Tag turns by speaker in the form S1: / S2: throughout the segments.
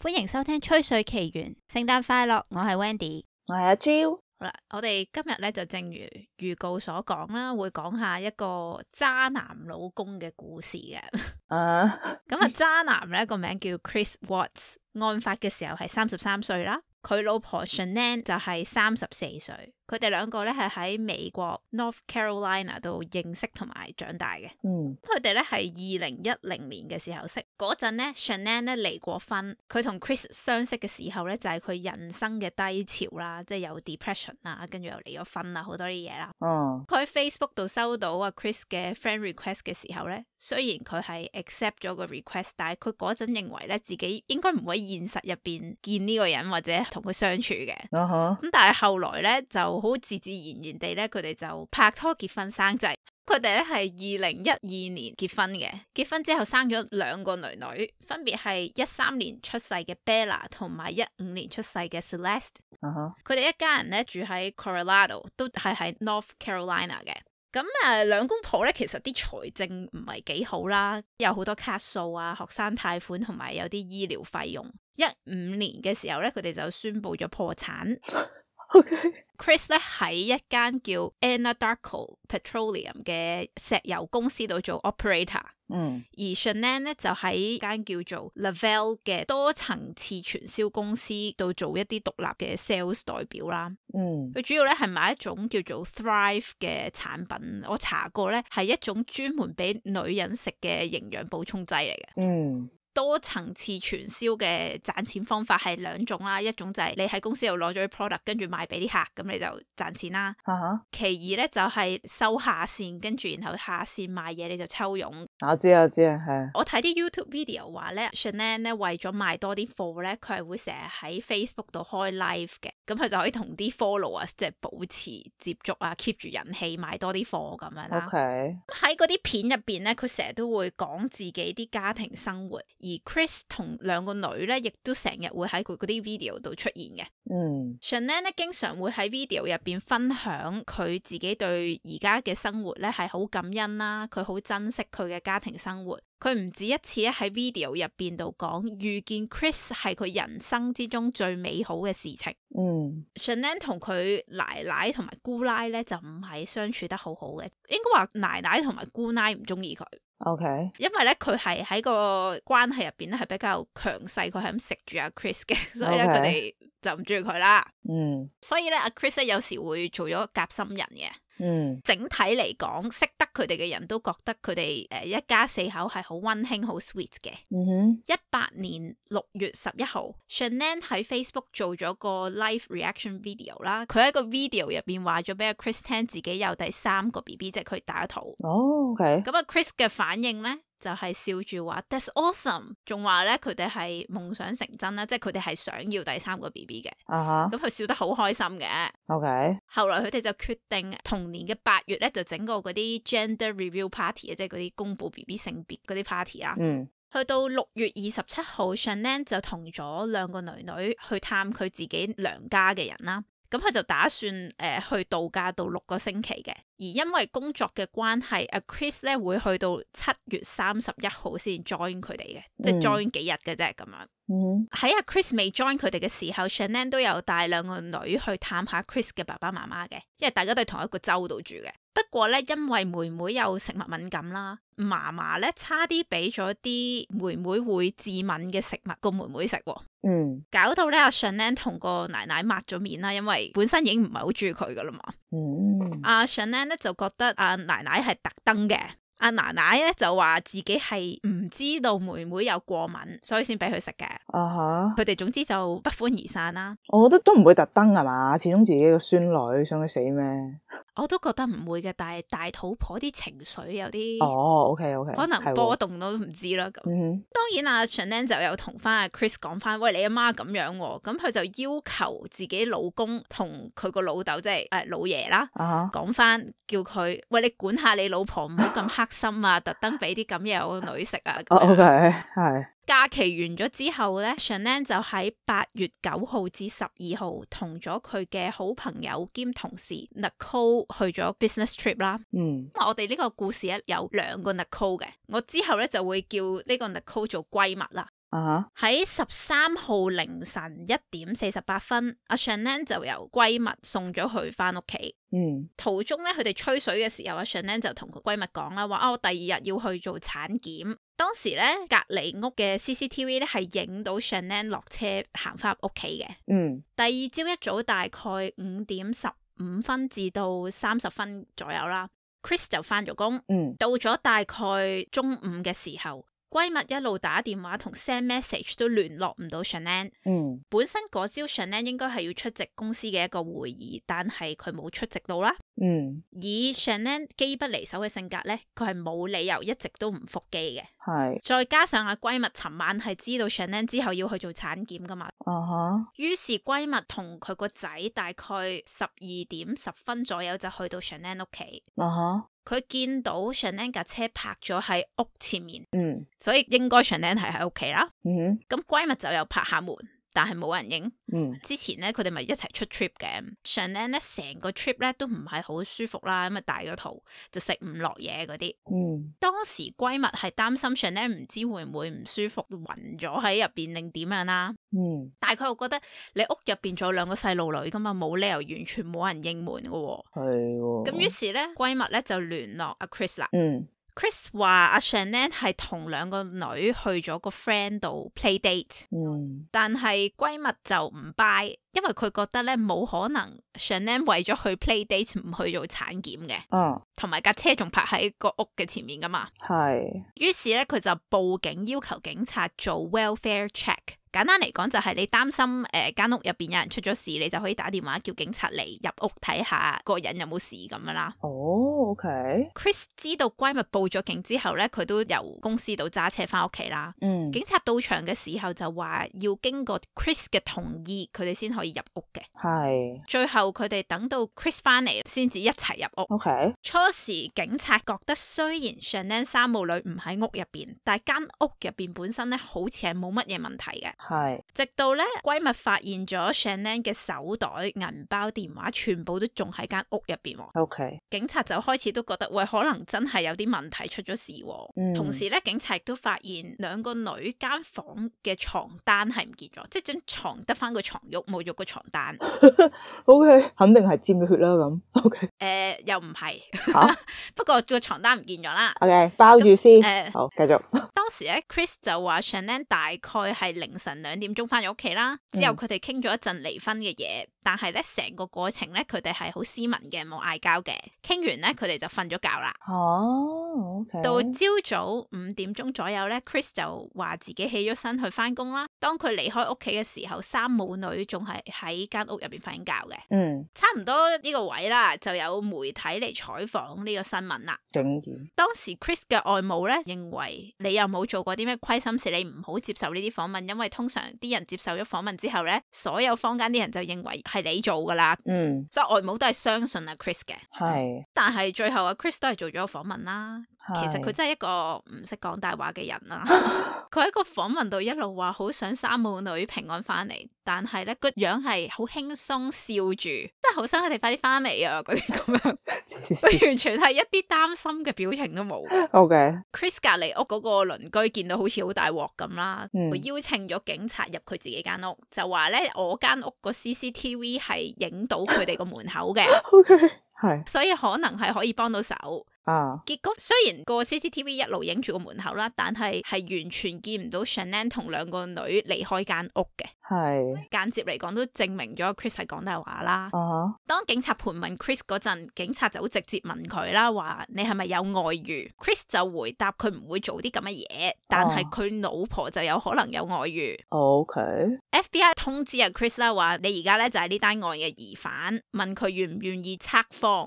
S1: 歡迎收聽《吹水奇緣》，聖誕快樂！我係 Wendy。
S2: 我係阿 Jo，
S1: 好啦，我哋今日咧就正如預告所講啦，會講下一個渣男老公嘅故事嘅。
S2: 啊，
S1: 咁啊，渣男咧個名叫 Chris Watts，案發嘅時候係三十三歲啦，佢老婆 Shanann 就係三十四歲，佢哋兩個咧係喺美國 North Carolina 度認識同埋長大嘅。
S2: 嗯，
S1: 佢哋咧係二零一零年嘅時候識，嗰陣咧 Shanann 咧離過婚，佢同 Chris 相識嘅時候咧就係、佢人生嘅低潮啦，即係有 depression 啦，跟住又離咗婚啦，啊好多啲嘢啦。
S2: 哦，
S1: 佢喺 Facebook 度收到啊 Chris 嘅 friend request 嘅時候咧，雖然佢係 accept 咗個 request，但係佢嗰陣認為咧自己應該唔會喺現實入邊見呢個人或者同佢相處嘅。
S2: 啊哈，
S1: 咁但係後來咧就好自自然然地咧，佢哋就拍拖結婚生仔。佢哋咧係二零一二年結婚嘅，結婚之後生咗兩個女女，分別係一三年出世嘅 Bella 同埋一五年出世嘅 Celeste。
S2: 啊哈，
S1: 佢哋一家人咧住喺 Colorado，都係喺 North Carolina 嘅。咁誒兩公婆咧，其實啲財政唔係幾好啦，有好多卡數啊、學生貸款同埋有啲醫療費用。一五年嘅時候咧，佢哋就宣布咗破產。
S2: ，OK，
S1: Chris 咧喺一間叫 Anadarko Petroleum 嘅石油公司度做 operator，
S2: 嗯，
S1: 而 Shanann 咧就喺間叫做 Lavelle 嘅多層次傳銷公司度做一啲獨立嘅 sales 代表啦。
S2: 嗯，
S1: 佢主要咧係賣一種叫做 Thrive 嘅產品，我查過咧係一種專門俾女人食嘅營養補充劑嚟嘅。
S2: ừ, 嗯，
S1: 多層次傳銷嘅賺錢方法係兩種啦，一種就係你喺公司度攞咗啲 product，跟住賣俾啲客，咁你就賺錢啦。
S2: 啊哈，
S1: 其二咧就係收下線，跟住然後下線賣嘢你就抽佣。
S2: 我知我知，係，
S1: 我睇啲 YouTube video 話咧，Shanann 咧為咗賣多啲貨咧，佢係會成日喺 Facebook 度開 live 嘅，咁佢就可以同啲 followers 即係保持接觸啊，keep 住人氣，賣多啲貨咁樣啦。
S2: OK，
S1: 喺嗰啲片入邊咧，佢成日都會講自己啲家庭生活，而 Chris 同兩個女咧，亦都成日會喺佢嗰啲 video 度出現嘅。
S2: ừ, 嗯，
S1: Shanann 咧經常會喺 video 入邊分享佢自己對而家嘅生活咧係好感恩啦，佢好珍惜佢嘅家庭生活。佢唔止一次咧喺 video 入邊度講遇見 Chris 係佢人生之中最美好嘅事情。
S2: 嗯，
S1: Shanann 同佢奶奶同埋姑奶咧就唔係相處得好好嘅，應該話奶奶同埋姑奶唔中意佢，
S2: OK，
S1: 因為咧佢係喺個關係入邊咧係比較強勢，佢係咁食住阿 Chris 嘅，所以咧
S2: OK
S1: 佢哋就唔中意佢啦。
S2: 嗯，
S1: 所以咧阿 Chris 咧有時會做咗夾心人嘅。
S2: 嗯，
S1: 整體嚟講，識得佢哋嘅人都覺得佢哋誒一家四口係好温馨、好 sweet 嘅。
S2: 嗯哼，
S1: 一八年六月十一號，Shanann 喺 Facebook 做咗個 live reaction video 啦。佢喺個 video 入邊話咗俾阿 Chris 聽自己有第三個 BB，即係佢打咗肚。
S2: 哦，OK，
S1: 咁啊，Chris 嘅反應呢，就係、笑住話 That's awesome，仲話呢，佢哋係夢想成真啦，即係佢哋係想要第三個 BB 嘅。
S2: 啊哈
S1: 咁佢笑得好開心嘅。
S2: ờ ，OK，
S1: 後來佢哋就決定同年嘅八月咧，就整個嗰啲 gender review party 啊即係嗰啲公佈 B B 性別嗰啲 party 啦。
S2: 嗯，
S1: 去到六月二十七號，Shanann 就同咗兩個女女去探佢自己娘家嘅人啦。咁佢就打算誒、呃去度假到六個星期嘅，而因為工作嘅關係，阿 Chris 咧會去到七月三十一號先 join 佢哋嘅，即係
S2: 嗯
S1: join 幾日嘅啫咁樣。
S2: 嗯
S1: 喺阿 Chris 未 join 佢哋嘅時候，Shanann 都有帶兩個女去探下 Chris 嘅爸爸媽媽嘅，因為大家都係同一個州度住嘅。不過咧，因為妹妹有食物敏感啦，嫲嫲咧差啲俾咗啲妹妹會致敏嘅食物個妹妹食喎，
S2: 哼，嗯，
S1: 搞到咧阿 Shanann 同個奶奶抹咗面啦，因為本身已經唔係好中意佢噶啦嘛。
S2: ừ, 嗯，
S1: 阿 Shanann 咧就覺得阿奶奶係特登嘅，阿奶奶咧就話自己係唔知道妹妹有過敏，所以先俾佢食嘅。
S2: 啊哈，
S1: 佢哋總之就不歡而散啦。
S2: 我覺得都唔會特登係嘛，始終自己個孫女想佢死咩？
S1: 我都覺得唔會嘅，但係大肚婆啲情緒有啲、
S2: 哦，OK，OK，
S1: 可能
S2: 係喎
S1: 波，動都唔知啦。咁
S2: 嗯
S1: 當然啊 Shanann 就有同翻阿 Chris 講翻，喂你阿媽咁樣喎、咁佢就要求自己老公同佢個老豆即係誒老爺啦。
S2: 哼，啊哈，
S1: 講翻叫佢，喂你管下你老婆唔好咁黑心啊，特登俾啲咁嘢我個女食啊。
S2: 哦
S1: 咁樣
S2: Ờ, ，OK，係，
S1: 假期完咗之後咧，Shanann 就喺八月九號至十二號同咗佢嘅好朋友兼同事 Nicole 去咗 business trip 啦。
S2: 嗯，
S1: 咁我哋呢啊個故事咧有兩個 Nicole 嘅，我之後咧就會叫呢個 Nicole 做閨蜜啦。
S2: 啊哈，
S1: 喺十三號凌晨一點四十八分，阿 Shannon 就由閨蜜送咗佢翻屋企。
S2: 嗯
S1: 途中咧，佢哋吹水嘅時候，阿 Shannon 就同佢閨蜜講啦，話啊，我第二日要去做產檢。當時咧，隔離屋嘅 CCTV 咧係影到 Shannon 落車行翻屋企嘅。
S2: 嗯
S1: 第二朝一早大概五點十五分至到三十分左右啦，Chris 就翻咗工。
S2: 嗯
S1: 到咗大概中午嘅時候，閨蜜一路打電話同 send message 都聯絡唔到 Shannon。
S2: 嗯
S1: 本身嗰朝 Shannon 應該係要出席公司嘅一個會議，但係佢冇出席到啦。
S2: 嗯，
S1: 以 Shannon 機不離手嘅性格咧，佢係冇理由一直都唔復機嘅。
S2: 係
S1: 再加上阿閨蜜尋晚係知道 Shannon 之後要去做產檢噶嘛，
S2: 啊哈，
S1: 於是閨蜜同佢個仔大概十二點十分左右就去到 Shannon 屋企。
S2: 啊哈，
S1: 佢見到 Shannon 架車泊咗喺屋前面，
S2: 嗯
S1: 所以應該 Shannon 係喺屋企啦。
S2: 嗯
S1: 咁閨蜜就有拍下門，但係冇人應。
S2: 嗯
S1: 之前咧，佢哋咪一齊出 trip 嘅。Shannon 咧成個 trip 咧都唔係好舒服啦，咁啊大咗肚就食唔落嘢嗰啲。
S2: 嗯
S1: 當時閨蜜係擔心 Shannon 唔知會唔會唔舒服暈咗喺入邊定點樣啦。
S2: 嗯，
S1: 但係佢又覺得你屋入邊仲有兩個細路女噶嘛，冇理由完全冇人應門嘅喎。
S2: 係喎。
S1: 咁於是咧，閨蜜咧就聯絡阿 Chris 啦。
S2: 嗯
S1: Chris 話阿 Shannon 係同兩個女去咗個 friend 度 play date，
S2: 嗯
S1: 但係閨蜜就唔 buy，因為佢覺得咧冇可能 Shannon 為咗去 play date 唔去做產檢嘅，
S2: 啊，
S1: 同埋架車仲泊喺個屋嘅前面噶嘛。
S2: 係
S1: 於是咧佢就報警要求警察做 welfare check。簡單嚟講就係你擔心誒間、屋入邊有人出咗事，你就可以打電話叫警察嚟入屋睇下個人有冇事咁樣啦。
S2: 哦，OK，
S1: Chris 知道閨蜜報咗警之後咧，佢都由公司度揸車翻屋企啦。
S2: 嗯
S1: 警察到場嘅時候就話要經過 Chris 嘅同意，佢哋先可以入屋嘅。
S2: 係
S1: 最後佢哋等到 Chris 翻嚟先至一齊入屋。
S2: ，OK，
S1: 初時警察覺得雖然 Shannon 三母女唔喺屋入邊，但係間屋入邊本身咧好似係冇乜嘢問題嘅。
S2: 係
S1: 直到咧閨蜜發現咗 Shannon 嘅手袋、銀包、電話全部都仲喺間屋入邊喎。
S2: ，OK，
S1: 警察就開始都覺得喂，可能真係有啲問題出咗事喎。
S2: 嗯
S1: 同時咧，警察亦都發現兩個女間房嘅床單係唔見咗，即係張床得翻個床褥，冇咗個床 單。誒、
S2: ，OK，肯定係沾咗血啦咁，OK，
S1: 又唔係，
S2: 吓
S1: 不過個床單唔見咗啦。
S2: ，OK，包住先，
S1: 誒
S2: 好，繼 續，
S1: 當時咧，Chris 就話 Shannon 大概係凌晨兩點鐘翻咗屋企啦。之後
S2: 嗯
S1: 佢哋傾咗一陣離婚嘅嘢，但係咧成個過程咧，佢哋係好斯文嘅，冇嗌交嘅。傾完咧，佢哋就瞓咗覺啦。
S2: 哦，OK，
S1: 到朝早五點鐘左右咧，Chris 就話自己起咗身去翻工啦。當佢離開屋企嘅時候，三母女仲係喺間屋入邊瞓覺嘅。
S2: 嗯，
S1: 差唔多呢個位啦，就有媒體嚟採訪呢個新聞啦。
S2: 竟然，
S1: 當時 Chris 嘅外母咧認為你又冇做過啲咩虧心事，你唔好接受呢啲訪問，因為通常啲人接受咗訪問之後咧，所有坊間啲人就認為係你做噶啦，
S2: 嗯，
S1: 所以外母都係相信阿 Chris 嘅。
S2: 係，
S1: 但係最後阿 Chris 都係做咗個訪問啦。其實佢
S2: 係
S1: 真係一個唔識講大話嘅人 啦。 佢喺個訪問度一路話好想三母女平安翻嚟，但係咧個樣係好輕鬆笑住，真係好想佢哋快啲翻嚟啊！嗰啲咁 樣，
S2: 黐線
S1: 佢 完全係一啲擔心嘅表情都冇。
S2: ，OK，
S1: Chris 隔離屋嗰個鄰居見到好似好大鑊咁啦，
S2: 嗯
S1: 佢邀請咗警察入佢自己間屋，就話咧我間屋個 CCTV 係影到佢哋個門口 嘅，
S2: ，OK，係，
S1: 所以可能係可以幫到手。
S2: 啊，
S1: 結果雖然個 CCTV 一路影住個門口啦，但係係完全見唔到 Shannon 同兩個女離開間屋嘅。
S2: 係，
S1: 間接嚟講都證明咗 Chris 係講大話啦。
S2: 啊哈，
S1: 當警察盤問 Chris 嗰陣，警察就好直接問佢啦，話你係咪有外遇？Chris 就回答佢唔會做啲咁嘅嘢，但係佢老婆就有可能有外遇。
S2: ，OK，
S1: FBI 通知阿 Chris 啦，話你而家咧就係呢單案嘅疑犯，問佢願唔願意測謊，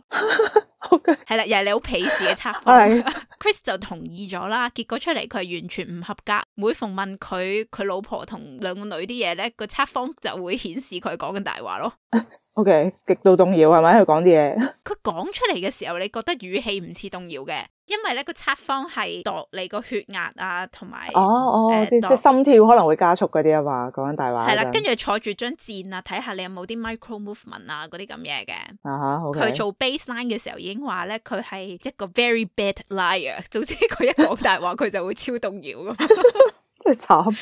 S2: ，OK，
S1: 係啦，又係你好鄙視嘅測謊。
S2: 係，
S1: Chris 就同意咗啦，結果出嚟佢係完全唔合格。每逢問佢佢老婆同兩個女啲嘢咧，個測謊就會顯示佢係講緊大話咯。
S2: ，OK，極度動搖係咪？佢講啲嘢，
S1: 佢講出嚟嘅時候，你覺得語氣唔似動搖嘅，因為咧個測謊係度你個血壓啊，同埋
S2: 哦哦，
S1: 誒
S2: 即
S1: 當
S2: 即心跳可能會加速嗰啲啊嘛，講緊大話嗰陣，
S1: 係啦，跟住坐住張箭啊，睇下你有冇啲 micro movement 啊嗰啲咁嘢嘅。
S2: 啊哈，OK，
S1: 佢做 baseline 嘅時候已經話咧，佢係 一個 very bad liar。總之佢一講大話，佢就會超動搖咁。
S2: 真係 慘。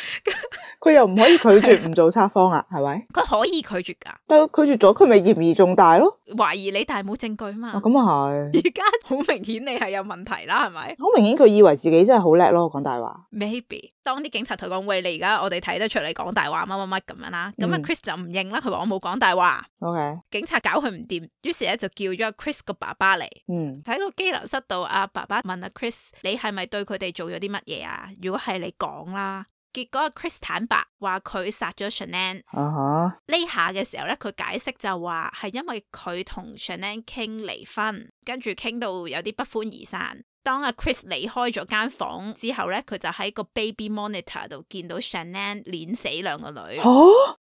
S2: 佢又唔可以拒絕唔做測謊啊，係 咪？
S1: 佢可以拒絕㗎，
S2: 但佢拒絕咗，佢咪嫌疑重大咯？
S1: 懷疑你但係冇證據嘛。
S2: 啊，咁啊係，
S1: 而家好明顯你係有問題啦，係咪
S2: 好明顯佢以為自己真係好叻咯，講大話。
S1: ？Maybe 當啲警察同佢講，喂，你而家我哋睇得出你講大話乜乜乜咁樣啦，咁啊
S2: 嗯
S1: Chris 就唔認啦，佢話我冇講大話。
S2: OK，
S1: 警察搞佢唔掂，於是咧就叫咗阿 Chris 個爸爸嚟
S2: 嗯，
S1: 喺個拘留室度。阿爸爸問阿 Chris：你係咪對佢哋做咗啲乜嘢啊？如果係你講啦。結果阿 Chris 坦白話佢殺咗 Shannon。
S2: 啊哈，
S1: 呢下嘅時候咧，佢解釋就話係因為佢同 Shannon 傾離婚，跟住傾到有啲不歡而散。當阿 Chris 離開咗間房之後咧，佢就喺個 baby monitor 度見到 Shannon 碾死兩個女
S2: 嚇，，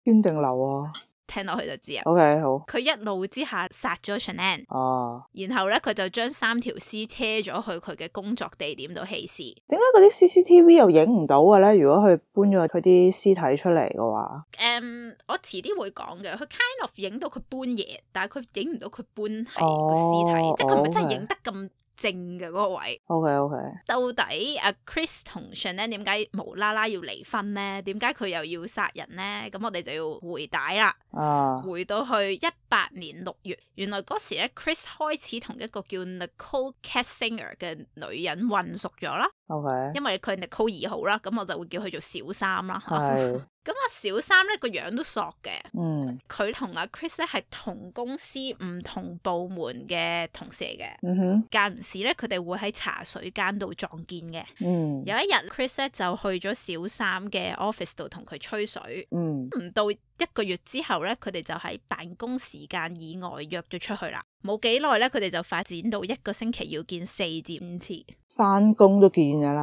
S2: 堅定流啊。
S1: 聽落去就知啊。
S2: OK，好，
S1: 佢一怒之下殺咗 Shannon。
S2: 哦，
S1: 然後咧，佢就將三條屍車咗去佢嘅工作地點度棄屍。
S2: 點解嗰啲 CCTV 又影唔到嘅咧？如果佢搬咗佢啲屍體出嚟嘅話，
S1: 誒、我遲啲會講嘅。佢 kind of 影到佢搬嘢，但係佢影唔到佢搬係個屍體，
S2: 哦
S1: 即係佢咪真係
S2: 哦
S1: 影得咁正嘅嗰個位。
S2: OK OK，
S1: 到底阿 Chris 同 Shannon 點解無啦啦要離婚呢？點解佢又要殺人呢？咁我哋就要回帶啦，
S2: 啊，
S1: 回到去一八年六月。原來嗰時咧，Chris 開始同一個叫 Nicole Kassinger 嘅女人混熟咗啦。
S2: OK，
S1: 因為佢係 Nicole 二號啦，咁我就會叫佢做小三啦。
S2: 啊係，
S1: 咁啊，小三咧個樣都索嘅，
S2: 嗯，
S1: 佢同阿 Chris 咧係同公司唔同部門嘅同事嚟嘅，
S2: 嗯哼，
S1: 間唔時咧佢哋會喺茶水間度撞見嘅。
S2: 嗯，
S1: 有一日，Chris 咧就去咗小三嘅 office 度同佢吹水，
S2: 嗯，
S1: 唔到一個月之後咧，佢哋就喺辦公時間以外約咗出去啦。冇幾耐咧，佢哋就發展到一個星期要見四至五次。
S2: 翻工都見㗎啦，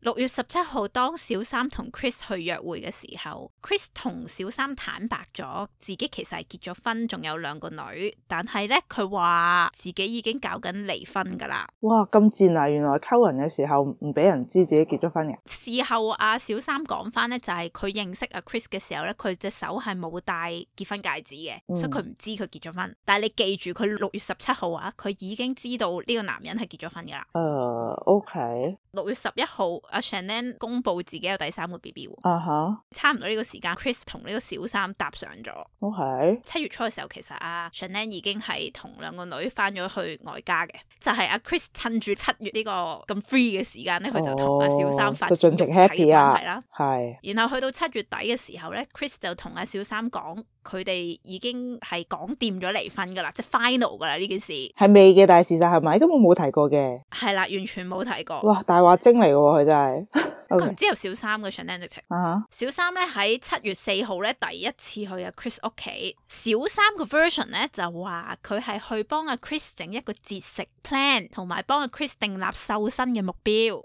S1: 六月十七號，當小三同 Chris 去約會嘅時候，Chris 同小三坦白咗自己其實係結咗婚，仲有兩個女，但係咧佢話自己已經搞緊離婚噶啦。
S2: 哇，咁賤啊！原來溝人嘅時候唔俾人知自己結咗婚嘅，
S1: 事後阿小三講翻咧，就係佢認識阿 Chris 嘅時候咧，佢隻手係冇戴結婚戒指嘅，
S2: 嗯
S1: 所以佢唔知佢結咗婚。但係你記住，佢六月十七號啊，佢已經知道呢個男人係結咗婚噶啦。
S2: 誒，OK，呃
S1: 六月十一號，阿 Shannon 公佈自己有第三個 B B 喎。
S2: 啊哈
S1: 差唔多呢個時間，Chris 同呢個小三搭上咗。
S2: ，OK，
S1: 七月初嘅時候，其實阿 Shannon 已經係同兩個女翻咗去外家嘅，就係、阿 Chris 趁住七月呢個咁 free 嘅時間咧，佢就同阿小三發
S2: 哦就盡情
S1: 肉體嘅
S2: happy 啊
S1: 關係啦。
S2: 係，
S1: 然後去到七月底嘅時候咧，Chris 就同阿小三講，佢哋已經係講掂咗離婚噶啦，即係 final 噶啦呢件事，
S2: 係未嘅，但係事實係咪？根本冇提過嘅，
S1: 係啦，完全冇提過。
S2: 哇，大話精嚟嘅喎，佢真係
S1: 佢
S2: ，OK，
S1: 唔知有小三嘅 Shannon 直情。
S2: 啊 哈，
S1: 小三咧喺七月四號咧第一次去阿 Chris 屋企，小三個 version 咧就話佢係去幫阿 Chris 整一個節食 plan，同埋幫阿 Chris 訂立瘦身嘅目標。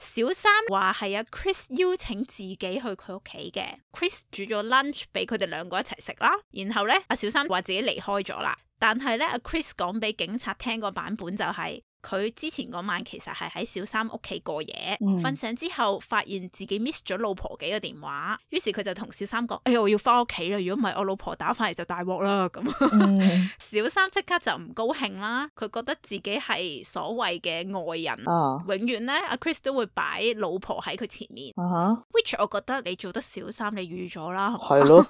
S1: 小三話係阿 Chris 邀請自己去佢屋企嘅，Chris 煮咗 lunch 俾佢哋兩個一齊食啦。然後咧，阿小三話自己離開咗啦，但係咧阿 Chris 講俾警察聽個版本就係、佢之前嗰晚其實係喺小三屋企過夜，
S2: 嗯
S1: 瞓、醒之後發現自己 miss 咗老婆幾個電話，於是佢就同小三講：，哎呀，我要翻屋企啦，如果唔係我老婆打翻嚟就大鑊啦。咁
S2: 嗯，
S1: 小三即刻就唔高興啦，佢覺得自己係所謂嘅外人。
S2: 啊，
S1: 永遠咧，阿 Chris 都會擺老婆喺佢前面
S2: 啊哈，
S1: ，which 我覺得你做得小三，你預咗啦。
S2: 係咯，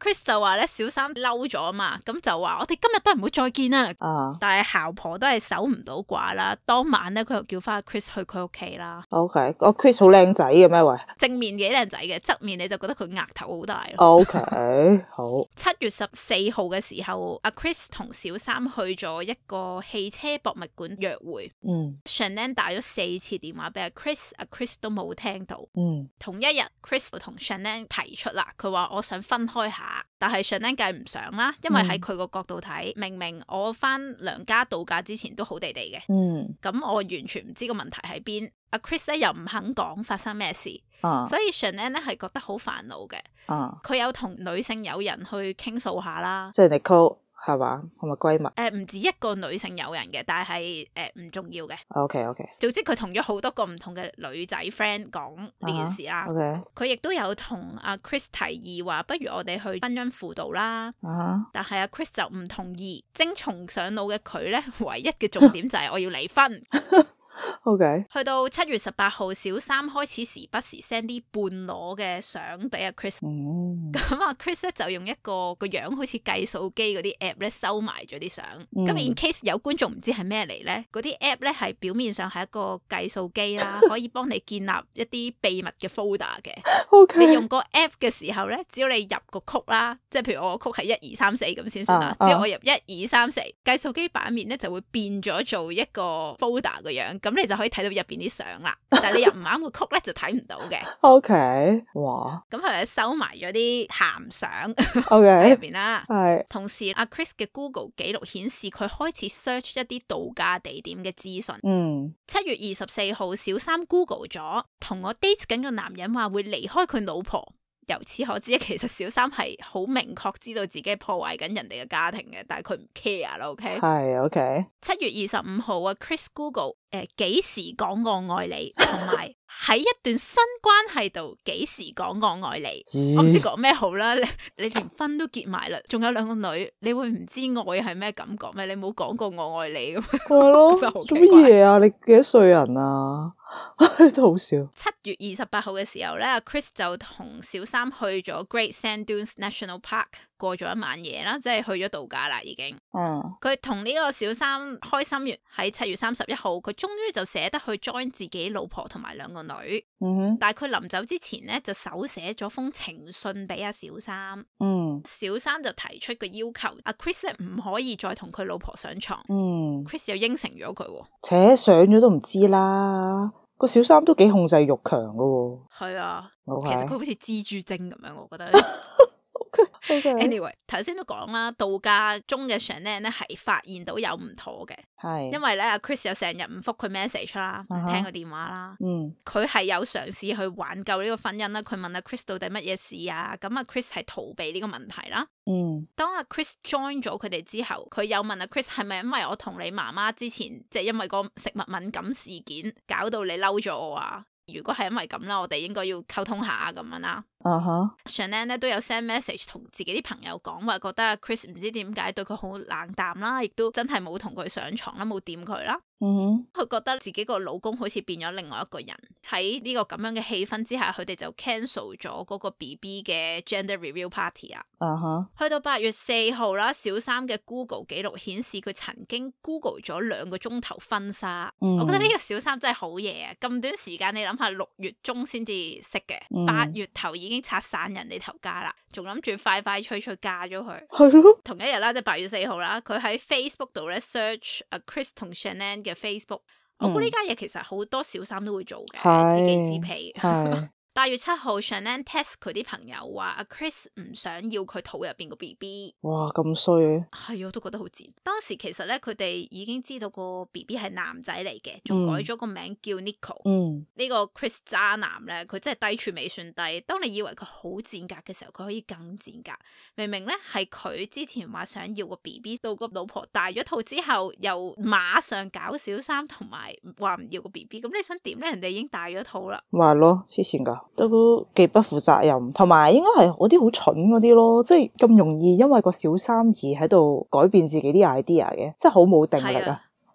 S1: Chris 就話咧，小三嬲咗啊嘛，咁就話我哋今日都唔好再見啦。
S2: 啊
S1: 但係姣婆都係守唔到寡啦。當晚咧，佢又叫翻阿 Chris 去佢屋企啦。
S2: ，OK，個 Chris 好靚仔嘅咩？喂
S1: 正面幾靚仔嘅，側面你就覺得佢額頭好大
S2: 哦
S1: 咯。
S2: ，OK，好，
S1: 七月十四號嘅時候，阿 Chris 同小三去咗一個汽車博物館約會。
S2: 嗯
S1: Shannon 打咗四次電話俾阿 Chris，阿 Chris 都冇聽到。
S2: 嗯，
S1: 同一日，Chris 同 Shannon 提出啦，佢話我想分開下，但係 Shannon 梗係唔想啦，因為喺佢個角度睇，明明我翻娘家度假之前都好地地嘅，
S2: 嗯，
S1: 咁我完全唔知個問題喺邊。阿 Chris 咧又唔肯講發生咩事，
S2: 啊
S1: 所以 Shannon 咧係覺得好煩惱嘅。
S2: 啊，
S1: 佢有同女性友人去傾訴下啦，
S2: 即係 Nicole 係嘛，係咪閨蜜
S1: 誒唔止一個女性友人嘅，但係誒唔重要嘅。
S2: ？OK OK
S1: 總之佢同咗好多個唔同嘅女仔 friend 講呢件事啦。
S2: OK，
S1: 佢亦都有同阿 Chris 提議話，不如我哋去婚姻輔導啦。
S2: 啊哈，
S1: 但係阿 Chris 就唔同意，精蟲上腦嘅佢咧，唯一嘅重點就係我要離婚。
S2: O K，
S1: 去到七月十八號，小三開始時不時 send 啲半裸嘅相俾阿 Chris。
S2: 嗯，
S1: 咁啊，Chris 咧就用一個個樣好似計數機嗰啲 app 咧收埋咗啲相。咁、
S2: 嗯
S1: in case 有觀眾唔知係咩嚟咧，嗰啲 app 咧係表面上係一個計數機啦，可以幫你建立一啲秘密嘅 folder 嘅。
S2: O K，
S1: 你用個 app 嘅時候咧，只要你入個曲啦，即係譬如我個曲係一二三四咁先算啦
S2: 啊。啊
S1: 只要我入一二三四，計數機版面咧就會變咗做一個 folder 嘅樣，咁你就可以睇到入邊啲相 啦。但係你入唔啱個曲咧就睇唔到嘅，
S2: O K，哇
S1: 咁佢就收埋咗啲鹹 相
S2: ，O
S1: 喺入
S2: K，
S1: 邊啦。
S2: 係，
S1: 同時，阿 Chris 嘅 Google 記錄顯示佢開始 search 一啲度假地點嘅資訊。
S2: 嗯，
S1: 七月二十四號，小三 Google 咗同我 date 緊個男人話會離開佢老婆。由此可知，其實小三係好明確知道自己係破壞緊人哋嘅家庭嘅，但係佢唔 care 啦。OK，
S2: 係 O K，
S1: 七月二十五號啊，Chris Google 誒幾時講我愛你，同埋喺一段新關係度幾時講我愛你。我唔知
S2: 咦，
S1: 講咩好啦，你你連婚都結埋啦，仲有兩個女，你會唔知愛係咩感覺咩？你冇講過我愛你咁。
S2: 係咯，
S1: 真係好
S2: 做
S1: 奇
S2: 乜
S1: 怪
S2: 嘢啊？你幾多歲人啊？ 真係好笑，
S1: 七月二十八號嘅時候咧阿，Chris 就同小三去咗 Great Sand Dunes National Park 過咗一晚夜啦，即係去咗度假啦已經。
S2: 嗯，
S1: 佢同呢個小三開心完，喺七月三十一號，佢終於就捨得去 join 自己老婆同埋兩個女，
S2: 嗯哼，
S1: 但係佢臨走之前咧就手寫咗封情信俾阿小三，
S2: 嗯，
S1: 小三就提出個要求，阿 Chris 咧唔可以再同佢老婆上床
S2: 嗯，
S1: ，Chris 又應承咗佢喎。
S2: 且上咗都唔知啦，個小三都幾控制欲強噶喎
S1: 係啊，
S2: ，O
S1: 其實佢
S2: K，O
S1: 好似蜘蛛精咁樣，我覺得。
S2: K，
S1: anyway，頭先都講啦，度假中嘅 Shannon 咧係發現到有唔妥嘅，因
S2: 係，
S1: 為咧阿 Chris 又成日唔覆佢 message 啦，唔
S2: 哦啊哈
S1: 聽個電話啦。
S2: 嗯，
S1: 佢係有嘗試去挽救呢個婚姻啦。佢問阿 Chris 到底乜嘢事啊？咁阿 Chris 係逃避呢個問題啦。
S2: 嗯，
S1: 當阿 Chris join 咗佢哋之後，佢有問阿 Chris 係咪因為我同你媽媽之前即係因為個食物敏感事件搞到你嬲咗我啊？如果係因為咁啦，我哋應該要溝通下咁樣啦。
S2: 啊哈，
S1: Shannon 咧都有 send message 同自己啲朋友講話，覺得阿 Chris 唔知點解對佢好冷淡啦，亦都真係冇同佢上床啦，冇掂佢啦。
S2: 嗯
S1: 佢覺得自己個老公好似變咗另外一個人。喺呢個咁樣嘅氣氛之下，佢哋就 cancel 咗嗰個 BB 嘅 gender reveal party 啊。
S2: 哼，啊哈，
S1: 去到八月四號啦，小三嘅 Google 記錄顯示佢曾經 Google 咗兩個鐘頭婚紗。
S2: 嗯，
S1: 我覺得呢個小三真係好嘢啊！咁短時間，你諗下六月中先至識嘅，
S2: 嗯
S1: 八月頭已經拆散人哋頭家啦，仲諗住快快脆脆嫁咗佢。
S2: 係咯，
S1: 同一日啦，即係八月四號啦，佢喺 Facebook 度咧 search 阿 Chris 同 Shannon 嘅 Facebook。我估呢家嘢其實好多小三都會做嘅，
S2: 嗯係
S1: 自己知皮。
S2: 係，
S1: 八月七號，Shannon test 佢啲朋友話阿 Chris 唔想要佢肚入邊個 BB。
S2: 哇，咁衰啊，
S1: 係啊，我都覺得好賤。當時其實咧，佢哋已經知道個 B B 係男仔嚟嘅，仲改咗個名叫 Nico。
S2: 嗯，
S1: 呢、個 Chris 渣男咧，佢真係低處未算低。當你以為佢好賤格嘅時候，佢可以更賤格。明明咧係佢之前話想要個 B B，到個老婆大咗肚之後，又馬上搞小三，同埋話唔要個 B B。咁你想點咧？人哋已經大咗肚啦。
S2: 咪係咯，黐線噶，都幾不負責任，同埋應該係嗰啲好蠢嗰啲咯，即係咁容易因為個小三而喺度改變自己啲 idea 嘅，真係好冇定力
S1: 係
S2: 啊
S1: 啊，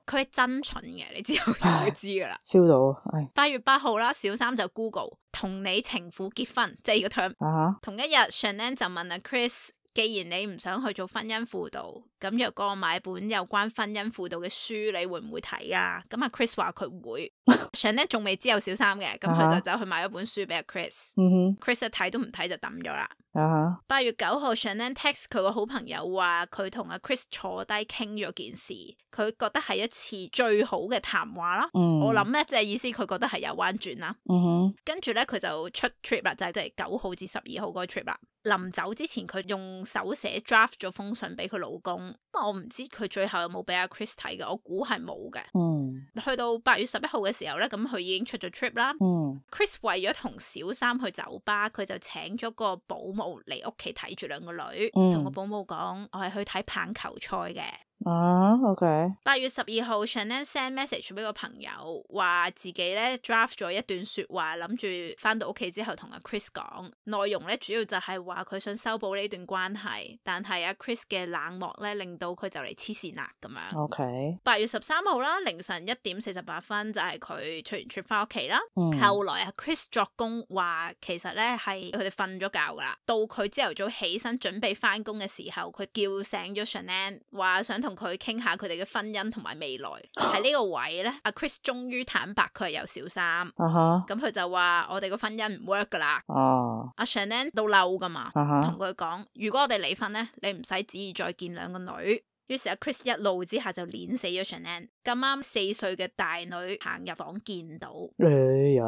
S1: 佢係真蠢嘅，你之後就會知噶啦。
S2: ，feel 到，唉，
S1: 八月八號啦，小三就 Google 同你情婦結婚，即係呢個 term。
S2: 啊
S1: 同一日，Shannon 就問阿 Chris：既然你唔想去做婚姻輔導，咁若果我買本有關婚姻輔導嘅書，你會唔會睇啊？咁阿 Chris 話佢 會。Shannon 仲未知有小三嘅，咁佢
S2: 啊哈
S1: 就走去買咗本書俾阿 Chris。
S2: 嗯
S1: Chris 一睇都唔睇就抌咗啦。
S2: 哼，啊
S1: 八月九號，Shannon text 佢個好朋友話佢同阿 Chris 坐低傾咗件事，佢覺得係一次最好嘅談話啦。
S2: 嗯，
S1: 我諗咧，即係意思佢覺得係有彎轉啦。
S2: 嗯哼，
S1: 跟住咧，佢就出 trip 啦，就係即係九號至十二號嗰個 trip 啦。臨走之前，佢用手寫 draft 咗封信俾佢老公。不過我唔知佢最後有冇俾阿 Chris 睇嘅，我估係冇嘅。
S2: ừ, 嗯
S1: 去到八月十一號嘅時候咧，咁佢已經出咗 trip 啦。
S2: 嗯，
S1: Chris 為咗同小三去酒吧，佢就請咗個保姆嚟屋企睇住兩個女，
S2: 嗯
S1: 同個保姆講：我係去睇棒球賽嘅。
S2: 啊，OK，
S1: 八月十二號，Chanel send message 俾個朋友，話自己咧 draft 咗一段説話，諗住翻到屋企之後同阿 Chris 講。內容咧主要就係話佢想修補呢段關係，但係阿 Chris 嘅冷漠咧令到佢就嚟黐線啦咁
S2: 哦
S1: 樣。
S2: OK，
S1: 八月十三號啦，凌晨一點四十八分就係佢出完 trip 翻屋企啦。
S2: 嗯，
S1: 後來啊，Chris 作工話其實咧係佢哋瞓咗覺噶啦，到佢朝頭早起身準備翻工嘅時候，佢叫醒咗 Shannon，話想同佢傾下佢哋嘅婚姻同埋未 來。喺呢個位咧，阿 Chris 終於坦白佢係有小三，
S2: 啊哈，
S1: 咁佢就話我哋個婚姻唔 work 噶啦。
S2: ờ, 哦，
S1: 阿 Shannon 到嬲噶嘛，
S2: 啊
S1: 同
S2: 哈，
S1: 佢講：如果我哋離婚咧，你唔使旨意再見兩個女。於是阿 Chris 一怒之下就碾死咗 Shannon。咁啱四歲嘅大女行入房見到。
S2: 你呀，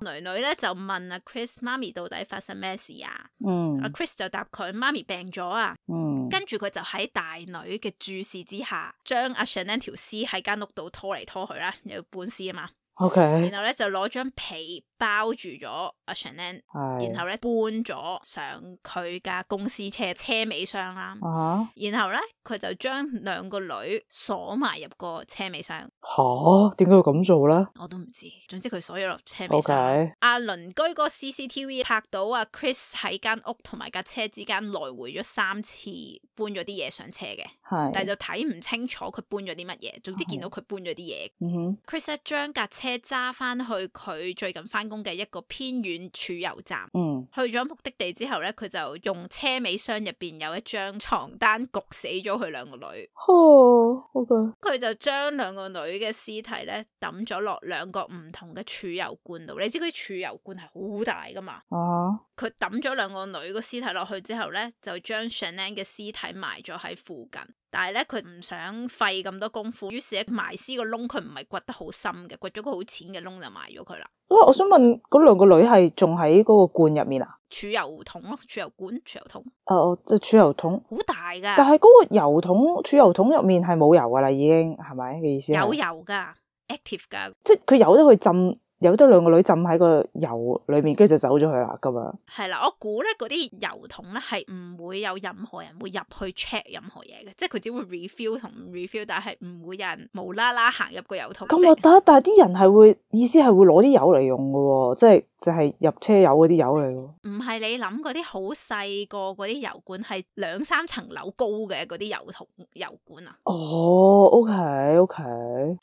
S1: 女女咧就問阿 Chris 媽咪到底發生咩事啊？
S2: 嗯
S1: 阿 Chris 就答佢媽咪病咗啊，
S2: 嗯，
S1: 跟住佢就喺大女嘅注視之下，將阿 Shannon 條屍喺間屋度拖嚟拖去啦，又要搬屍啊嘛，
S2: OK，
S1: 然後咧就攞張被包住咗阿 Shannon，
S2: 係，
S1: 然後咧搬咗上佢架公司車車尾箱啦。
S2: 啊哈，
S1: 然後咧，佢就將兩個女鎖埋入個車尾箱，
S2: 吓，點解要咁做咧
S1: 我都唔知。總之佢鎖咗落車尾
S2: ？OK，
S1: 箱。阿鄰居嗰個 CCTV 拍到阿 Chris 喺間屋同埋架車之間來回咗三次，搬咗啲嘢上車嘅，但係
S2: 係，
S1: 就睇唔清楚佢搬咗啲乜嘢。總之見到佢搬咗啲嘢。
S2: 嗯哼，
S1: Chris 咧將架車揸翻去佢最近翻工嘅一個偏遠儲油站。
S2: 嗯，
S1: 去咗目的地之後咧，佢就用車尾箱入邊有一張床單焗死咗佢兩個女，
S2: 哦，OK，
S1: 佢就將兩個女嘅屍體咧抌咗落兩個唔同嘅儲油罐度。你知嗰啲儲油罐係好大噶嘛？
S2: 啊哈，
S1: 佢抌咗兩個女個屍體落去之後咧，就將 Shannon 嘅屍體埋咗喺附近。但係咧，佢唔想費咁多功夫，於是咧埋屍個窿，佢唔係掘得好深嘅，掘咗個好淺嘅窿就埋咗佢啦。
S2: 喂，我想問嗰兩個女係仲喺嗰個罐入面啊？
S1: 儲油桶咯，儲油管、儲油桶，
S2: 哦，即係儲油桶。
S1: 好大㗎，
S2: 但係嗰個油桶儲油桶入面係冇油噶啦，已經係咪嘅意思係？
S1: 有油㗎，active 㗎，
S2: 即係佢由得佢浸，由得兩個女浸喺個油裏面，跟住就走咗去啦咁樣。
S1: 係啦。我估咧嗰啲油桶咧係唔會有任何人會入去 check 任何嘢嘅，即係佢只會 refill 同唔 refill，但係唔會有人無啦啦行入個油桶。
S2: 咁
S1: 即係
S2: 核突，啊但係啲人係會意思係會攞啲油嚟用噶喎，即係就係入車油嗰啲油嚟喎。
S1: 唔係你諗嗰啲好細個嗰啲油管，係兩三層樓高嘅嗰啲油桶油管啊！
S2: 哦，OK OK，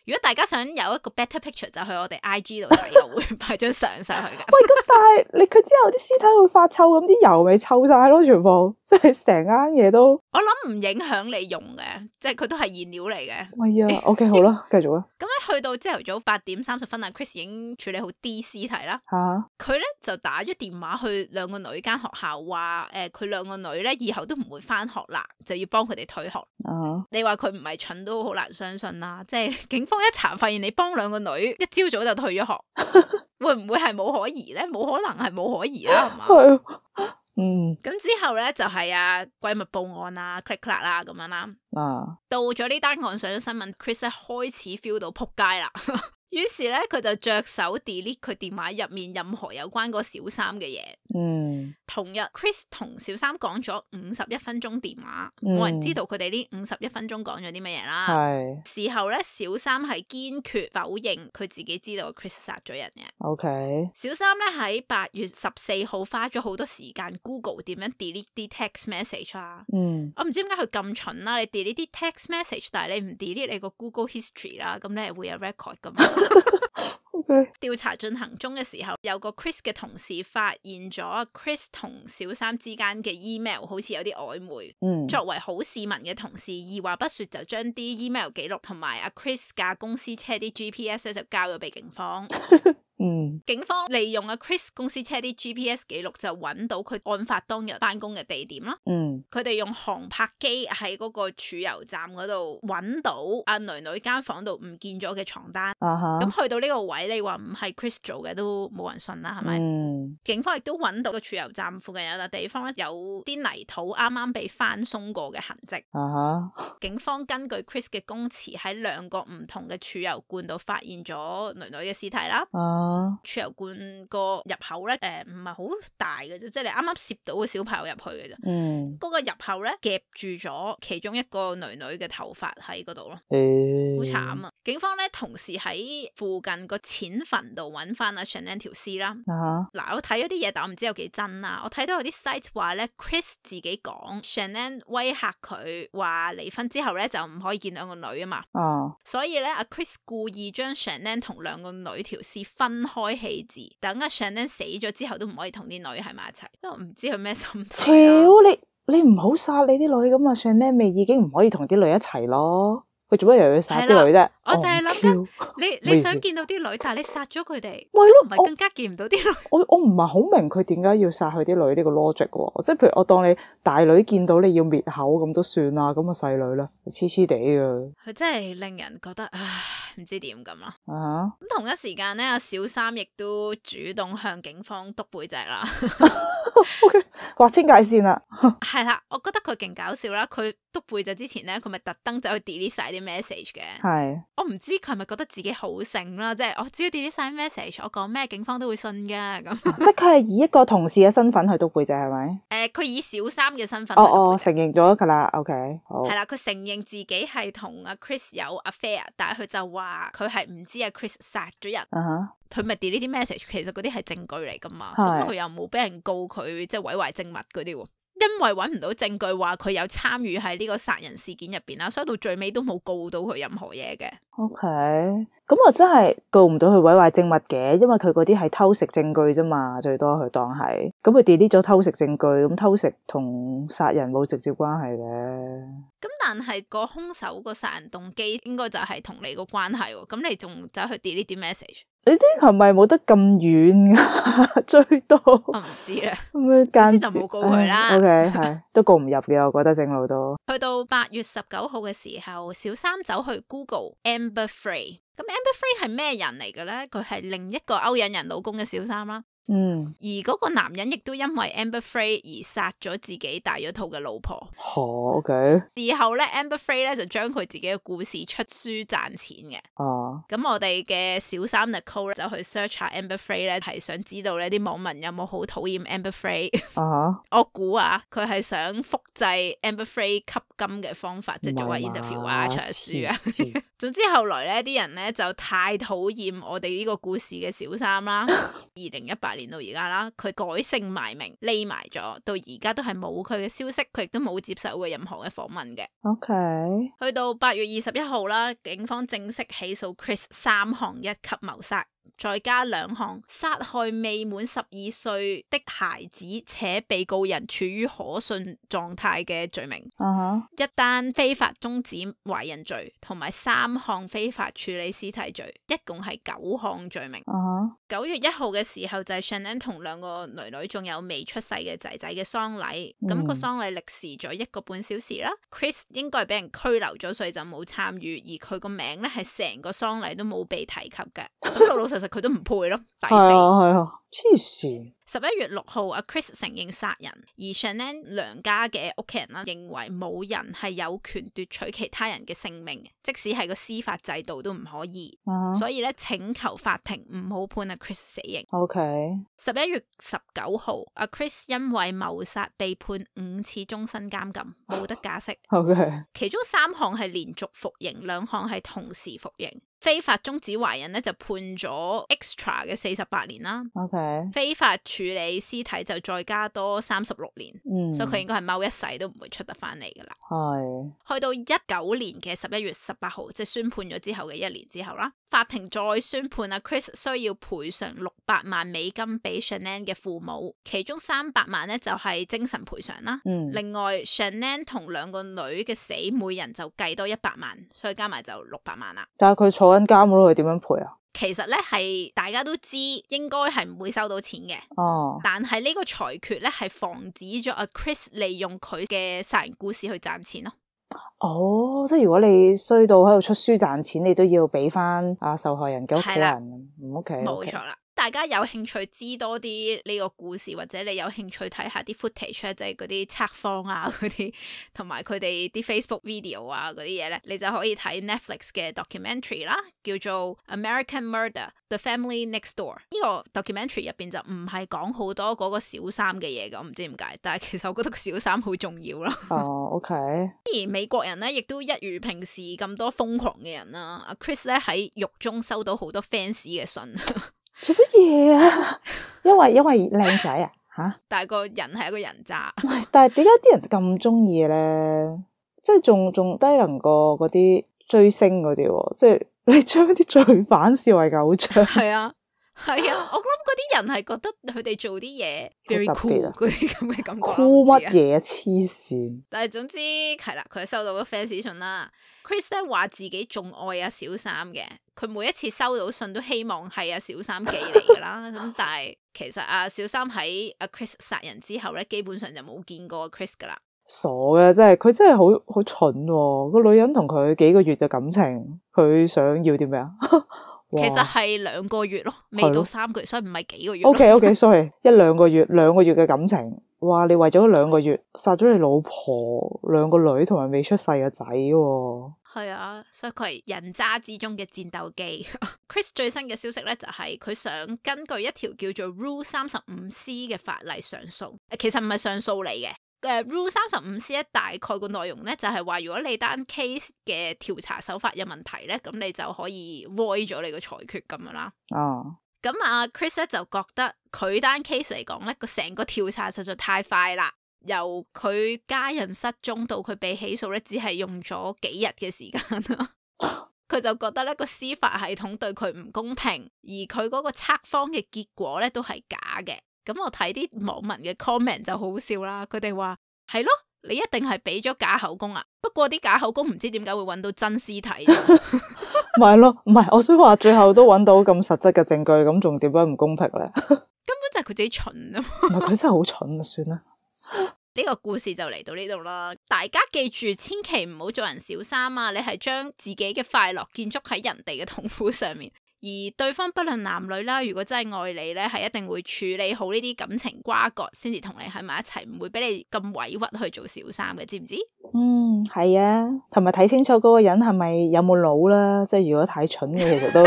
S1: 如果大家想有一個 better picture，就去我哋 IG 度睇，我會 擺張相上去㗎。
S2: 但係你佢之後啲屍體會發臭，咁啲油咪臭晒咯，全部 即係成間嘢都。
S1: 我諗唔影響你用嘅，即係佢都係燃料嚟嘅。
S2: 喂 呀，OK 好啦，繼續啦
S1: 咁咧去到朝頭早八點三十分啊，Chris 已經處理好 D 屍體啦。
S2: 吓，
S1: 佢咧就打咗電話去兩個女間學校，話誒佢兩個女咧以後都唔會返學啦，就要幫佢哋退學。
S2: 啊
S1: 你話佢唔係蠢都好難相信啦， 即係警方一查發現你幫兩個女一朝早就退咗學，會唔會係冇可疑咧？冇可能係冇可疑啦，係嘛？
S2: 係，嗯
S1: 咁之後咧就係、啊閨蜜報案啊，click click 啦咁樣啦。
S2: 啊
S1: 到咗呢單案上咗新聞，Chris 咧開始 feel 到撲街啦， 於是咧佢就着手 delete 佢電話入面任何有關個小三嘅嘢。
S2: 嗯
S1: 同日，Chris 同小三講咗五十一分鐘電話，
S2: 嗯
S1: 冇、人知道佢哋呢五十一分鐘講咗啲乜嘢啦。
S2: 啊係
S1: 事後咧，小三係堅決否認佢自己知道 Chris 殺咗人嘅。
S2: ，OK
S1: 小三咧喺八月十四號花咗好多時間 Google 點樣 delete 啲 text message 啊。
S2: 嗯。
S1: 我唔知點解佢咁蠢啦、你 delete 啲 text message，但係你唔 delete 你個 Google history 啦，咁你係會有 record 噶嘛？
S2: OK，
S1: 調查進行中嘅時候，有個 Chris 嘅同事發現咗 Chris 同小三之間嘅 email 好似有啲曖昧。
S2: 嗯，
S1: 作為好市民嘅同事，二話不說就將啲 email 記錄同埋阿 Chris 架公司車啲 GPS 咧就交咗俾警方。
S2: 嗯
S1: 警方利用阿 Chris 公司車啲 GPS 記錄就揾到佢案發當日翻工嘅地點啦。
S2: 嗯
S1: 佢哋用航拍機喺嗰個儲油站嗰度揾到阿女女間房度唔見咗嘅床單。
S2: 啊哈，
S1: 咁去到呢個位，你話唔係 Chris 做嘅都冇人信啦，係咪？
S2: 嗯
S1: 警方亦都揾到個儲油站附近有笪地方咧，有啲泥土啱啱被翻鬆過嘅痕跡。
S2: 啊哈，
S1: 警方根據 Chris 嘅供詞喺兩個唔同嘅儲油罐度發現咗女女嘅屍體啦。
S2: 啊啊，
S1: 豬油罐個入口咧，誒唔係好大嘅啫，即係你啱啱攝到個小朋友入去嘅啫。
S2: 嗯，
S1: 嗰、個入口咧夾住咗其中一個女女嘅頭髮喺嗰度咯，
S2: 誒，
S1: 好慘啊！警方咧同時喺附近個淺墳度揾翻阿 Shannon 條屍啦。
S2: 啊
S1: 嗱，我睇咗啲嘢，但我唔知有幾真啦。我睇到有啲 site 話咧，Chris 自己講 Shannon 威嚇佢話離婚之後咧就唔可以見兩個女啊嘛，
S2: 吓啊，
S1: 所以咧阿 Chris 故意將 Shannon 同兩個女條屍分開棄置，等阿 Shannon 死咗之後都唔可以同啲女喺埋一齊，因為我唔知佢咩心
S2: 超
S1: 態啦。
S2: 你你唔好殺你啲女咁啊 s h a n 咪已經唔可以同啲女一齊咯，佢做乜又要殺啲女啫？
S1: 我就係諗緊
S2: 戇 Q
S1: 你
S2: 咩
S1: 你
S2: 意思
S1: 想見到啲女，但係你殺咗佢哋，
S2: 咪
S1: 咁唔
S2: 咯
S1: 係，更加見唔到啲女。
S2: 我我唔係好明佢點解要殺佢啲女呢個 logic 喎，即係譬如我當你大女見到你要滅口咁都算啦，咁啊細女啦，黐黐地嘅
S1: 佢真係令人覺得唉，唔知點咁啦。
S2: 啊，
S1: 咁同一時間咧，阿小三亦都主動向警方督背脊啦。
S2: 劃清界線啦，
S1: 係啦，我覺得佢勁搞笑啦。佢督背脊之前咧，佢咪特登走去 delete 晒啲 message 嘅。
S2: 係
S1: 我唔知佢係咪覺得自己好醒啦，即係哦我只要 delete 晒 message，我講咩警方都會信嘅咁。 誒、
S2: 啊即係佢係以一個同事嘅身份去督背脊係咪？
S1: 佢以小三嘅身份去
S2: 哦
S1: 啊督背
S2: 哦，
S1: 脊
S2: 承認咗㗎啦，OK，好
S1: 係啦，佢承認自己係同阿 Chris 有 affair，但係佢就話佢係唔知阿 Chris 殺咗人，
S2: 啊哈，
S1: 佢咪 delete 啲 message，其實嗰啲係證據嚟噶嘛，
S2: 係
S1: 咁佢又冇俾人告佢即係毀壞證物嗰啲喎。因為揾唔到證據話佢有參與喺呢個殺人事件入邊啦，所以到最尾都冇告到佢任何嘢嘅。
S2: OK，咁我真係告唔到佢毀壞證物嘅，因為佢嗰啲係偷食證據啫嘛，最多佢當係，咁佢 delete 咗偷食證據，咁偷食同殺人冇直接關係嘅。
S1: 咁但係個兇手個殺人動機應該就係同你個關係喎，咁你仲走去 delete 啲 message，
S2: 你啲係咪冇得咁遠噶？ 追到
S1: 我唔知啊咧。
S2: 咁樣間
S1: 哦總之就冇告佢啦
S2: O K，係 都告唔入嘅，我覺得正路都
S1: 去到八月十九號嘅時候，小三走去 Google Amber Frey。咁 Amber Frey 係咩人嚟嘅咧？佢係另一個勾引人老公嘅小三啦。
S2: 嗯
S1: 而嗰個男人亦都因為 Amber Frey 而殺咗自己大咗肚嘅老婆。
S2: 好 O K
S1: 事後咧，Amber Frey 咧就將佢自己嘅故事出書賺錢嘅。
S2: 啊，
S1: 咁我哋嘅小三 Nicole 呢就去 search 下 Amber Frey 咧，係想知道呢啲網民有冇好討厭 Amber Frey。
S2: 啊
S1: 我估啊，佢係想複製 Amber Frey 吸金嘅方法，即係做下
S2: 唔係嘛
S1: interview 啊、唱書啊。
S2: 黐 線
S1: 總之後來咧，啲人咧就太討厭我哋呢個故事嘅小三啦。二零一八年到而家啦，佢改姓埋名，匿埋咗，到而家都係冇佢嘅消息，佢亦都冇接受過任何嘅訪問嘅。
S2: O K，
S1: 去到八月二十一號啦，警方正式起訴 Chris 三項一級謀殺，再加兩項殺害未滿十二歲的孩子且被告人處於可信狀態嘅罪名。
S2: 啊哈，
S1: 一單非法終止懷孕罪，同埋三項非法處理屍體罪，一共係九項罪名。
S2: 啊哈，
S1: 九月一號嘅時候就係 Shannon 同兩個女女仲有未出世嘅仔仔嘅喪禮，咁、
S2: 嗯
S1: 個喪禮歷時咗一個半小時啦。Chris 應該係俾人拘留咗，所以就冇參與，而佢個名咧係成個喪禮都冇被提及嘅。咁老老實實佢都唔配咯，抵
S2: 係啊
S1: 死。
S2: 係啊，黐線
S1: 十一月六號，阿 Chris 承認殺人，而 Shannon 梁家嘅屋企人啦，認為冇人係有權奪取其他人嘅性命，即使係個司法制度都唔可以，
S2: 啊
S1: 所以咧請求法庭唔好判阿 Chris 死刑。
S2: ，O K，
S1: 十一月十九號，阿 Chris 因為謀殺被判五次終身監禁，冇得假釋，
S2: O K，
S1: 其中三項係連續服刑，兩項係同時服刑。非法終止懷孕咧就判咗 extra 嘅四十八年啦。
S2: O K，
S1: 非法處理屍體就再加多三十六年，
S2: 嗯，
S1: 所以佢應該係踎一世都唔會出得翻嚟噶啦。
S2: 係
S1: 去到一九年嘅十一月十八號，即係宣判咗之後嘅一年之後啦，法庭再宣判啊 Chris 需要賠償六百萬美金俾 Shannon 嘅父母，其中三百萬呢就係、精神賠償啦。
S2: 嗯
S1: 另外 Shannon 同兩個女嘅死，每人就計多一百萬，所以加埋就六百萬啦。
S2: 但係佢坐緊監咯，佢點樣賠啊？
S1: 其實呢係大家都知應該係唔會收到錢嘅。
S2: 哦，
S1: 但係呢個裁決咧係防止咗阿 Chris 利用佢嘅殺人故事去賺錢咯。
S2: 哦，即係如果你衰到喺度出書賺錢，你都要俾翻啊受害人嘅屋企
S1: 係啦
S2: 人，唔哦 OK，
S1: 冇錯啦。大家有興趣知多啲呢個故事，或者你有興趣睇下啲 footage 咧，即係嗰啲測謊啊 嗰啲，同埋佢哋啲 Facebook video 啊嗰啲嘢咧，你就可以睇 Netflix 嘅 documentary 啦，叫做 American Murder: The Family Next Door。呢個 documentary 入邊就唔係講好多嗰個小三嘅嘢嘅，我唔知點解，但係其實我覺得小三好重要咯。
S2: 哦，OK，
S1: 而美國人咧，亦都一如平時咁多瘋狂嘅人啦。阿 Chris 咧喺獄中收到好多 fans 嘅信，
S2: 做乜嘢啊？因為因為靚仔啊，吓、
S1: 但係個人係一個人渣。
S2: 喂，但係點解啲人咁中意咧？即係仲仲低能過嗰啲追星嗰啲喎，即係你將啲罪犯視為偶 像，
S1: 係啊，係 啊，我諗嗰啲人係覺得佢哋做啲嘢 very
S2: 好特別
S1: cool
S2: 啊
S1: 嗰啲咁嘅感覺啦。
S2: 酷
S1: 我唔
S2: 乜
S1: 知啊
S2: 嘢啊？黐線！
S1: 但係總之係啦，佢收到個 fans 信啦。Chris 咧話自己仲愛阿小三嘅，佢每一次收到信都希望係阿小三寄嚟噶 啦。咁但係其實阿小三喺阿 Chris 殺人之後咧，基本上就冇見過阿 Chris 噶啦。
S2: 傻嘅，真係佢真係好好蠢喎、個女人同佢幾個月嘅感情，佢想要啲咩啊？
S1: 其實係兩個月咯，未
S2: 係
S1: 到
S2: 咯
S1: 三個月，所以唔係幾個月咯。
S2: O K O K，sorry，一兩個月兩個月嘅感情，哇！你為咗兩個月殺咗你老婆、兩個女同埋未出世嘅仔喎，
S1: 係啊，所以佢係人渣之中嘅戰鬥機。Chris 最新嘅消息咧，就係、佢想根據一條叫做 Rule 三十五 C 嘅法例上訴。誒其實唔係上訴嚟嘅。誒 Rule 三十五 C 咧，大概個內容咧就係、話，如果你單 case 嘅調查手法有問題咧，咁你就可以 void 咗你個裁決咁樣啦。
S2: 啊，
S1: 咁啊，Chris 咧就覺得佢單 case 嚟講咧，個成個調查實在太快啦。由佢家人失蹤到佢被起訴咧，只係用咗幾日嘅時間啦。 佢就覺得咧個司法系統對佢唔公平，而佢嗰個測謊嘅結果咧都係假嘅。咁我睇啲網民嘅 comment 就好笑啦，佢哋話係咯，你一定係俾咗假口供啊。不過啲假口供唔知點解會揾到真屍啊體。
S2: 咪係咯，唔係，我想話最後都揾到咁實質嘅證據，咁仲點解唔公平咧？
S1: 根本就係佢自己蠢啊嘛！
S2: 唔係佢真係好蠢啊，算啦。
S1: 呢個故事就嚟到呢度啦，大家記住，千祈唔好做人小三啊！你係將自己嘅快樂建築喺人哋嘅痛苦上面， 而對方不論男女啦，如果真係愛你咧，係一定會處理好呢啲感情瓜葛，先至同你喺埋一齊，唔會俾你咁委屈去做小三嘅，知唔知？
S2: 嗯，係啊，同埋睇清楚嗰個人係咪有冇腦啦，即係如果太蠢嘅，其實 都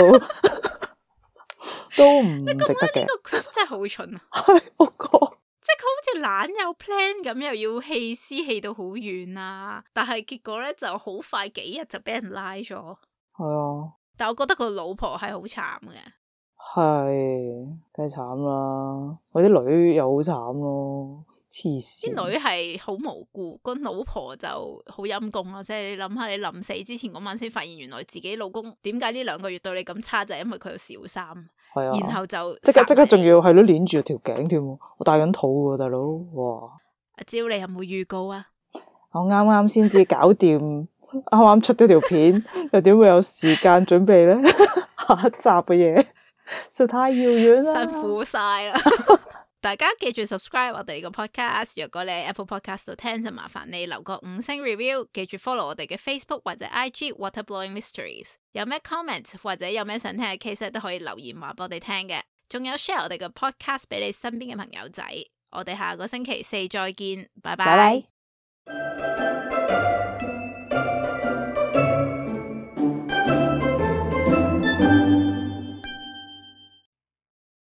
S2: 都唔值得嘅
S1: 呢。個 Chris 真係好蠢啊！
S2: 我覺
S1: 即係佢好似懶有 plan 咁，又要棄屍棄到好遠啊！但係結果咧就好快幾日就俾人拉咗，
S2: 係啊。
S1: 但我覺得個老婆係好慘嘅。
S2: 係，梗係慘啦！我啲女又好慘咯，黐線。
S1: 啲女係好無辜，個老婆就好陰公咯。即係你諗下，你臨死之前嗰晚先發現，原來自己老公點解呢兩個月對你咁差，就係因為佢有小三，
S2: 係啊，
S1: 然後就
S2: 即刻即刻仲
S1: 要。
S2: 要係咯，鏈住條頸添喎，我大緊肚喎，大佬，哇！
S1: 阿蕉，你有冇預告啊？
S2: 我啱啱先至搞掂，啱啱出咗條片， 又點會有時間準備咧？ 下一集嘅嘢就太遙遠啦。
S1: 辛苦晒啦！大家記住 subscribe 我哋個 podcast。若果你喺 Apple Podcast 度聽，就麻煩你留個五星 review。記住 follow 我哋嘅 Facebook 或者 IG Waterblowing Mysteries。有咩 comment 或者有咩想聽嘅 case 都可以留言話俾我哋聽嘅。仲有 share 我哋嘅 podcast 俾你身邊嘅朋友仔。我哋下個星期四再見，拜
S2: 拜拜。